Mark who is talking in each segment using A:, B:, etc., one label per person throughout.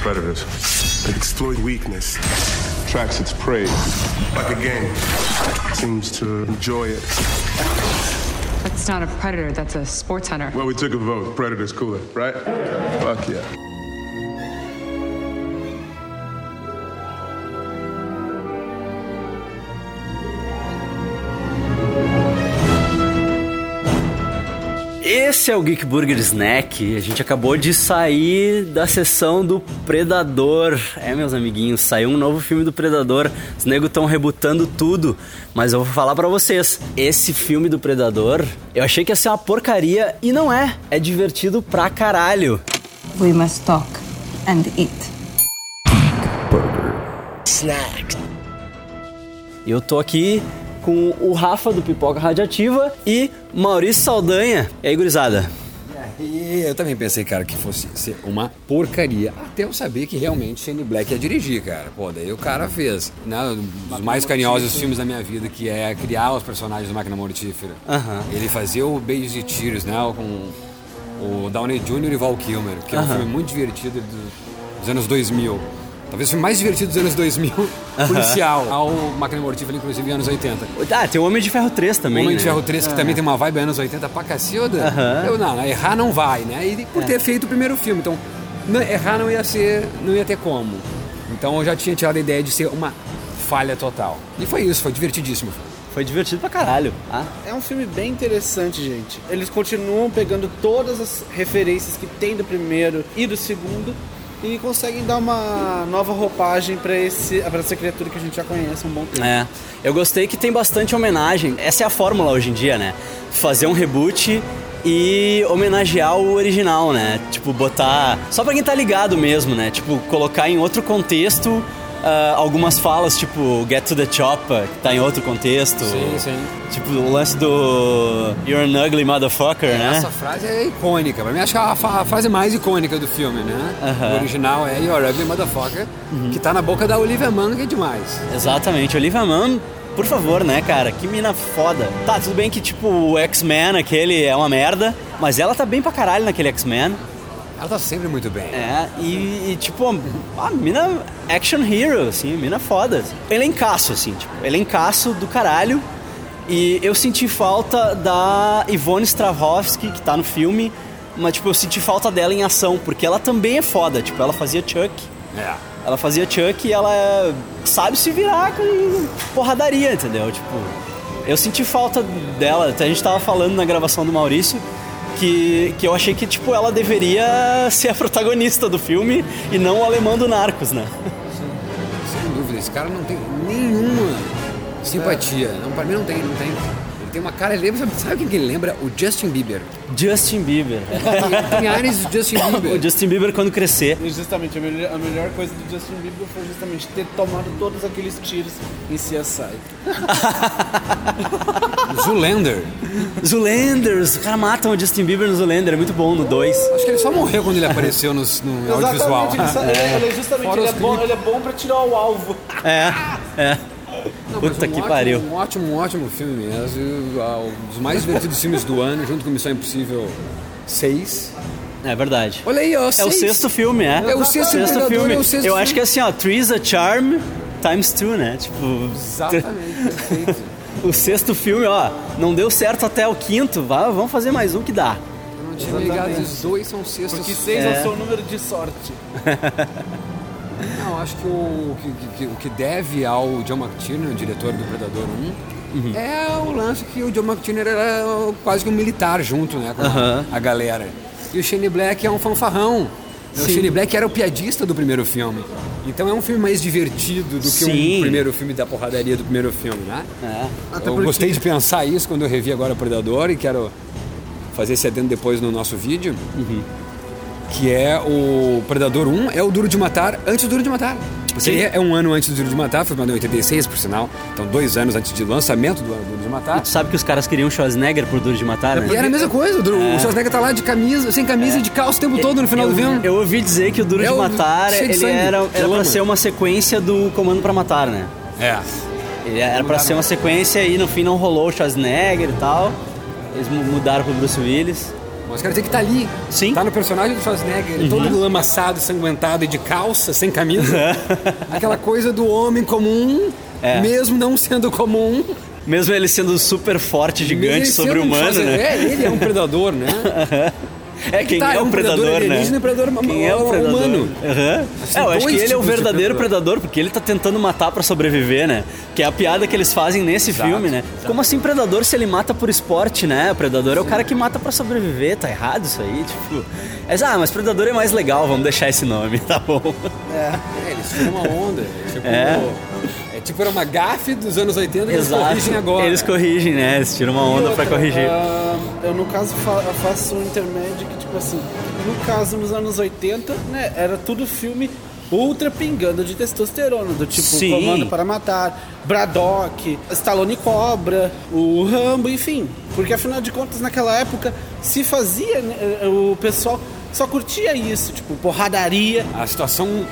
A: predators.
B: It exploits weakness, tracks its prey like a game, seems to enjoy it.
C: That's not a predator, that's a sports hunter.
B: Well, we took a vote. Predator's cooler, right? Fuck yeah.
D: Esse é o Geek Burger Snack. A gente acabou de sair da sessão do Predador. É, meus amiguinhos, saiu um novo filme do Predador. Os negros estão rebutando tudo. Mas eu vou falar pra vocês: esse filme do Predador, eu achei que ia ser uma porcaria e não é. É divertido pra caralho.
E: We must talk and eat.
D: E eu tô aqui com o Rafa do Pipoca Radiativa e Maurício Saldanha. E aí, gurizada?
F: E eu também pensei, cara, que fosse ser uma porcaria. Até eu saber que realmente Shane Black ia dirigir, cara. Pô, daí o cara fez. Né, um dos mais carinhosos filmes da minha vida, que é criar os personagens do Máquina Mortífera.
D: Aham.
F: Ele fazia o Beijos e Tiros, né? Com o Downey Jr. e Val Kilmer, que é um filme muito divertido do- dos anos 2000. Talvez o filme mais divertido dos anos 2000, policial. Ao Máquina Mortífera, inclusive, anos 80.
D: Ah, tem o Homem de Ferro 3 também.
F: Homem de
D: né?
F: Ferro 3, que também tem uma vibe anos 80 pra cacilda. Eu, não, errar não vai, né? E por
D: É.
F: ter feito o primeiro filme, então não- errar não ia ser, não ia ter como. Então eu já tinha tirado a ideia de ser uma falha total. E foi isso, foi divertidíssimo.
D: Foi divertido pra caralho. Ah,
G: É um filme bem interessante, gente. Eles continuam pegando todas as referências que tem do primeiro e do segundo e conseguem dar uma nova roupagem pra esse pra essa criatura que a gente já conhece há um bom tempo.
D: É, eu gostei que tem bastante homenagem. Essa é a fórmula hoje em dia, né? Fazer um reboot e homenagear o original, né? Tipo, botar. Só pra quem tá ligado mesmo, né? Tipo, colocar em outro contexto ah, algumas falas, tipo, Get to the Chopper, que tá em outro contexto.
F: Sim, sim.
D: Tipo, o lance do You're an ugly motherfucker, né?
F: Essa frase é icônica. Pra mim, acho que é a, fa- a frase mais icônica do filme, né?
D: Aham. Uhum.
F: O original é Your Ugly Motherfucker, que tá na boca da Olivia Munn, que é demais.
D: Exatamente, Olivia Mann, por favor, né, cara? Que mina foda. Tá, tudo bem que, tipo, o X-Men, aquele é uma merda, mas ela tá bem pra caralho naquele X-Men.
F: Ela tá sempre muito bem.
D: É, e, e, tipo, a mina action hero, assim, mina foda. Elencaço, assim, tipo, elencaço do caralho. E eu senti falta da Ivone Strahovski, que tá no filme, mas, tipo, eu senti falta dela em ação, porque ela também é foda, tipo, ela fazia Chuck.
F: É.
D: Ela fazia Chuck e ela sabe se virar com porradaria, entendeu? Tipo, eu senti falta dela. Até a gente tava falando na gravação do Maurício que, que eu achei que, tipo, ela deveria ser a protagonista do filme e não o alemão do Narcos, né?
F: Sem dúvida, esse cara não tem nenhuma simpatia. Não, pra mim não tem, não tem. Ele tem uma cara, ele lembra, sabe quem que ele lembra? O Justin Bieber.
D: Justin Bieber.
F: Tem, tem ares do Justin
D: o
F: Bieber.
D: Justin Bieber quando
F: É.
D: crescer.
G: E justamente a melhor, a melhor coisa do Justin Bieber foi justamente ter tomado todos aqueles tiros em CSI.
F: Zoolander.
D: Zoolanders, o cara mata o Justin Bieber no Zoolander, é muito bom no 2.
F: Acho que ele só morreu quando ele apareceu nos- no É um audiovisual.
G: Exatamente, ele, sa- ele, ele é justamente
F: Fora
G: ele é,
F: os
G: bom,
F: clipes.
G: ele é bom pra tirar o alvo.
D: É, é.
F: Não, mas
D: Puta
F: um
D: que
F: ótimo,
D: pariu.
F: Um ótimo, um ótimo filme mesmo. E, ah, Um dos mais divertidos filmes do ano, junto com Missão Impossível 6.
D: É verdade.
F: Olha aí, ó.
D: É o sexto filme, é.
F: É o sexto Predador,
D: filme.
F: é o sexto
D: Eu
F: filme.
D: acho que é assim, ó, Three's a Charm times two, né? Tipo,
F: Exatamente, perfeito.
D: o sexto filme, ó, não deu certo até o quinto, vá, vamos fazer mais um que dá.
F: Eu não tinha me ligado, os dois são sextos.
G: Porque seis é o seu número de sorte.
F: Não, acho que o que, que- que- o que deve ao John McTiernan, o diretor do Predador 1, é o lance que o John McTiernan era quase que um militar junto, né, com a- a galera. E o Shane Black é um fanfarrão. O Shane Black era o piadista do primeiro filme. Então é um filme mais divertido do que
D: Sim.
F: o primeiro filme da porradaria do primeiro filme, né? Eu gostei de pensar isso quando eu revi agora o Predador e quero fazer esse adendo depois no nosso vídeo.
D: Uhum.
F: Que é o Predador 1, é o Duro de Matar antes do Duro de Matar. Porque
D: Sim.
F: é um ano antes do Duro de Matar, foi filmado em 86, por sinal. Então, dois anos antes do lançamento do Duro de Matar.
D: Tu sabe que os caras queriam Schwarzenegger por Duro de Matar, né?
F: E era a mesma coisa, o Duro- o Schwarzenegger tá lá de camisa, sem camisa, e de calça o tempo todo no final
D: É. eu,
F: do filme.
D: eu ouvi dizer que o Duro
F: É
D: de
F: o-
D: Matar,
F: cheio de
D: ele
F: sangue,
D: era,
F: de
D: era pra
F: lama.
D: ser um uma sequência do Comando pra Matar, né?
F: É.
D: Ele era pra ser uma sequência e no fim não rolou o Schwarzenegger e tal. Eles mu- mudaram pro Bruce Willis.
F: Uma Mas quero dizer que tá ali.
D: Sim. Uhum.
F: Tá no personagem do Schwarzenegger, todo lamaçado, sanguentado e de calça, sem camisa. Aquela coisa do homem comum,
D: É.
F: mesmo não sendo comum.
D: Mesmo ele sendo super forte, gigante,
F: mesmo
D: sobre-humano,
F: sendo um Schwarzenegger-
D: né?
F: É, ele é um predador, né?
D: É, quem
F: tá,
D: é o predador, né?
F: alienígena e predador
D: Quem é o
F: hum-
D: predador?
F: humano.
D: Aham.
F: Assim,
D: é, eu acho
F: dois
D: que ele é o
F: tipos de
D: verdadeiro
F: predador.
D: predador, porque ele tá tentando matar pra sobreviver, né? Que é a piada que eles fazem nesse filme, né? Como assim predador se ele mata por esporte, né? Predador é o cara que mata pra sobreviver, tá errado isso aí, tipo. Mas, ah, mas predador é mais legal, vamos deixar esse nome, tá bom?
F: É, eles tiram uma onda. Tipo,
D: É.
F: é tipo, era uma gafe dos anos 80 que eles corrigem agora.
D: Eles corrigem, né? Eles tiram uma onda pra
G: Outra,
D: corrigir.
G: ah, eu, no caso, fa- faço um intermédio que, tipo assim, no caso, nos anos 80, né, era tudo filme ultra pingando de testosterona, do tipo
D: Sim.
G: Comando para Matar, Braddock, Stallone e Cobra, o Rambo, enfim. Porque, afinal de contas, naquela época, se fazia, né, o pessoal só curtia isso, tipo, porradaria.
F: A situação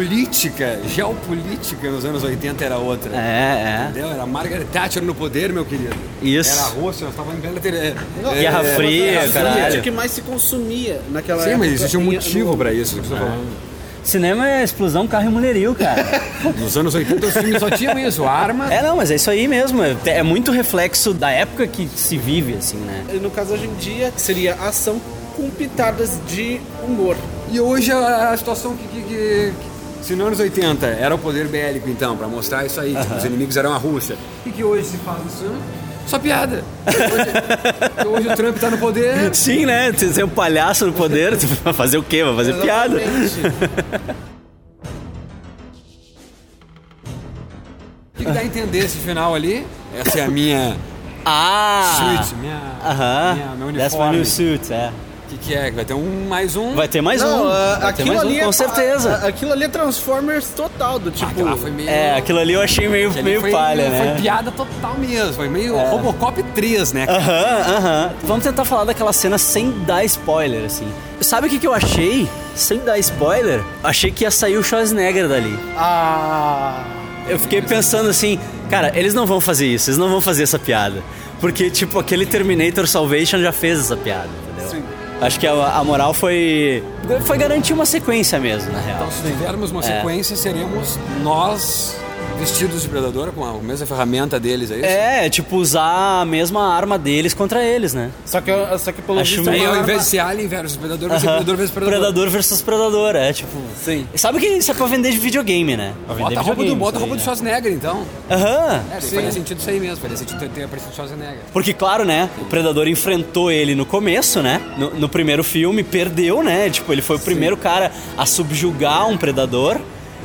F: política, geopolítica nos anos 80 era outra.
D: É,
F: Entendeu? Era Margaret Thatcher no poder, meu querido.
D: Isso.
F: Era a Rússia, nós estávamos em plena... ter- é, é,
D: Guerra
F: é,
D: Fria,
G: Era a
D: caralho.
G: que mais se consumia naquela
F: Sim,
G: época.
F: mas existe um
G: E-
F: motivo
G: no-
F: pra isso. que você tá falando.
D: é. Cinema é explosão, carro e mulherio, cara.
F: Nos anos 80 os filmes só tinham isso, arma...
D: É, não, mas é isso aí mesmo. É, é muito reflexo da época que se vive, assim, né?
G: E no caso, hoje em dia, seria ação com pitadas de humor.
F: E hoje a, a situação que, que- que- que- Se nos anos 80 era o poder bélico, então, pra mostrar isso aí, tipo, os inimigos eram a Rússia. E que hoje se faz isso? né? Só piada. Hoje, hoje o Trump tá no poder.
D: Sim, né? Tu Ser um palhaço no poder, tu vai fazer o quê? Vai fazer piada.
G: Exatamente.
F: O que, que dá a entender esse final ali? Essa é a minha
D: Ah!
F: suíte, minha, minha,
D: Aham.
F: meu
D: That's my
F: uniforme.
D: new
F: O
D: suit, é.
F: que, que é? Vai ter um mais um?
D: Vai ter mais
G: Não,
D: um.
G: ah,
D: Vai ter
G: aquilo
D: mais
G: ali
D: um,
G: é-
D: com certeza.
G: ah, aquilo ali é Transformers total, do tipo.
F: Ah, foi meio...
D: É, aquilo ali eu achei meio,
F: ali
D: meio
F: foi,
D: palha,
F: foi
D: né? É.
F: piada total mesmo. Foi meio Robocop 3, né?
D: Aham, aham. Vamos tentar falar daquela cena sem dar spoiler, assim. Sabe o que, que eu achei? Sem dar spoiler, achei que ia sair o Schwarzenegger dali.
G: Ah.
D: Eu fiquei pensando assim, cara, eles não vão fazer isso, eles não vão fazer essa piada. Porque, tipo, aquele Terminator Salvation já fez essa piada, entendeu?
G: Sim.
D: Acho que a, a moral foi. Foi garantir uma sequência mesmo, na real.
F: Então, se tivermos uma sequência, seremos nós vestidos de predador com a mesma ferramenta deles, é isso?
D: É, tipo, usar a mesma arma deles contra eles, né?
G: Só que, eu- só que pelo
D: Acho
G: visto.
F: Aí
D: meio-
G: uma
F: ao
G: arma-
F: invés de ser alien versus predador, vai ser predador versus Uhum. predador.
D: Predador versus predador, é tipo.
G: Sim.
D: Sabe que isso é pra vender de videogame, né? Pra vender
F: Bota a roupa do,
D: videogame,
F: bota a
D: isso
F: roupa do
D: aí,
F: Schwarzenegger, então.
D: né? Aham.
F: É,
G: Sim.
F: faria sentido isso aí mesmo, faria sentido ter, ter aparecido o Schwarzenegger.
D: Porque, claro, né? O Predador enfrentou ele no começo, né? No, no primeiro filme, perdeu, né? Tipo, ele foi o primeiro cara a subjugar um predador.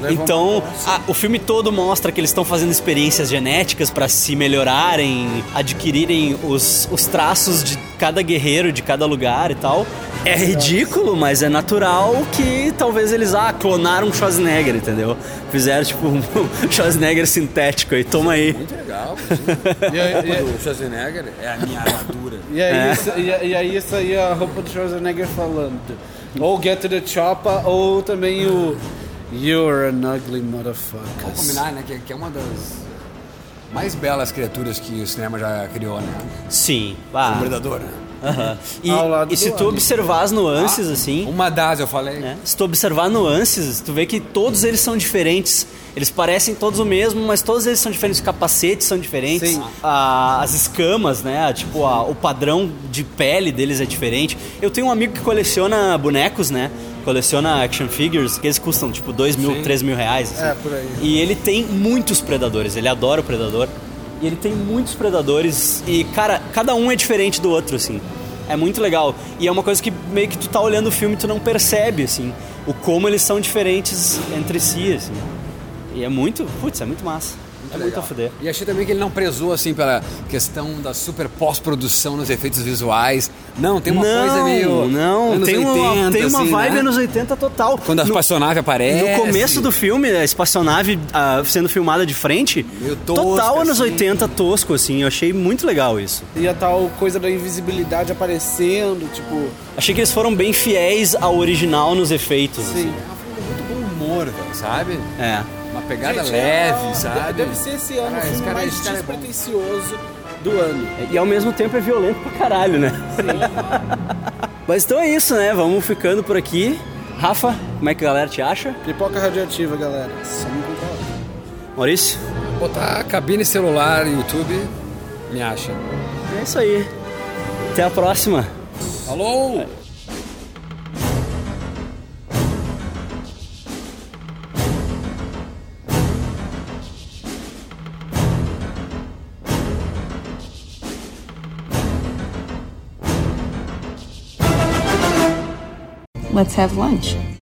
D: então, a- o filme todo mostra que eles estão fazendo experiências genéticas pra se melhorarem, adquirirem os, os traços de cada guerreiro, de cada lugar e tal. É ridículo, mas é natural que talvez eles, ah, clonaram um Schwarzenegger, entendeu? Fizeram, tipo, um Schwarzenegger sintético aí, toma aí.
F: Muito legal. e
G: aí-
F: a roupa
G: e aí-
F: do Schwarzenegger é a minha armadura.
G: E aí,
F: É.
G: isso, e, e aí isso aí é a roupa do Schwarzenegger falando. Ou Get to the Chopper, ou também o. You're an ugly motherfucker.
F: Vamos combinar, né, que, que é uma das mais belas criaturas que o cinema já criou, né?
D: Sim. Ah.
F: O predador, né?
D: Aham. E,
G: Ao lado Ah,
D: e se
G: do
D: tu
G: homem.
D: observar as nuances, assim,
F: Uma das, eu falei.
D: né? se tu observar nuances, tu vê que todos eles são diferentes. Eles parecem todos o mesmo, mas todos eles são diferentes. Os capacetes são diferentes,
G: Sim.
D: a- as escamas, né? Tipo, a- o padrão de pele deles é diferente. Eu tenho um amigo que coleciona bonecos, né? Coleciona action figures, que eles custam tipo 2 mil, 3 mil reais. assim.
G: É, por aí.
D: E ele tem muitos predadores, ele adora o predador. E ele tem muitos predadores e, cara, cada um é diferente do outro, assim. É muito legal. E é uma coisa que meio que tu tá olhando o filme e tu não percebe, assim, o como eles são diferentes entre si, assim. E é muito, putz, é muito massa. é muito a fuder.
F: E achei também que ele não prezou assim pela questão da super pós-produção nos efeitos visuais. Não, tem uma coisa meio.
D: não,
F: anos
D: tem,
F: 80,
D: uma, tem uma
F: assim,
D: vibe
F: né?
D: anos 80 total.
F: Quando é a
D: No-
F: espaçonave aparece.
D: No começo
F: assim.
D: do filme, a espaçonave ah, sendo filmada de frente,
F: Meio tosca,
D: total anos
F: assim.
D: 80 tosco, assim. Eu achei muito legal isso.
G: E a tal coisa da invisibilidade aparecendo, tipo.
D: Achei que eles foram bem fiéis ao original nos efeitos.
F: É
G: Sim.
F: uma filme muito com humor, velho, sabe?
D: assim. É.
F: Uma pegada
G: Gente,
F: leve,
G: é,
F: sabe?
G: Deve ser esse ano
F: Cara,
G: o
F: esse
G: filme
F: cara-
G: mais
F: esse cara é bom.
G: despretensioso do ano.
D: E ao mesmo tempo é violento pra caralho, né? Mas então é isso, né? Vamos ficando por aqui. Rafa, como é que a galera te acha?
G: Pipoca radioativa, galera. Só me controla.
D: Maurício?
F: Botar cabine celular, YouTube, me acha.
D: É isso aí. Até a próxima.
F: Alô?
E: Let's have lunch.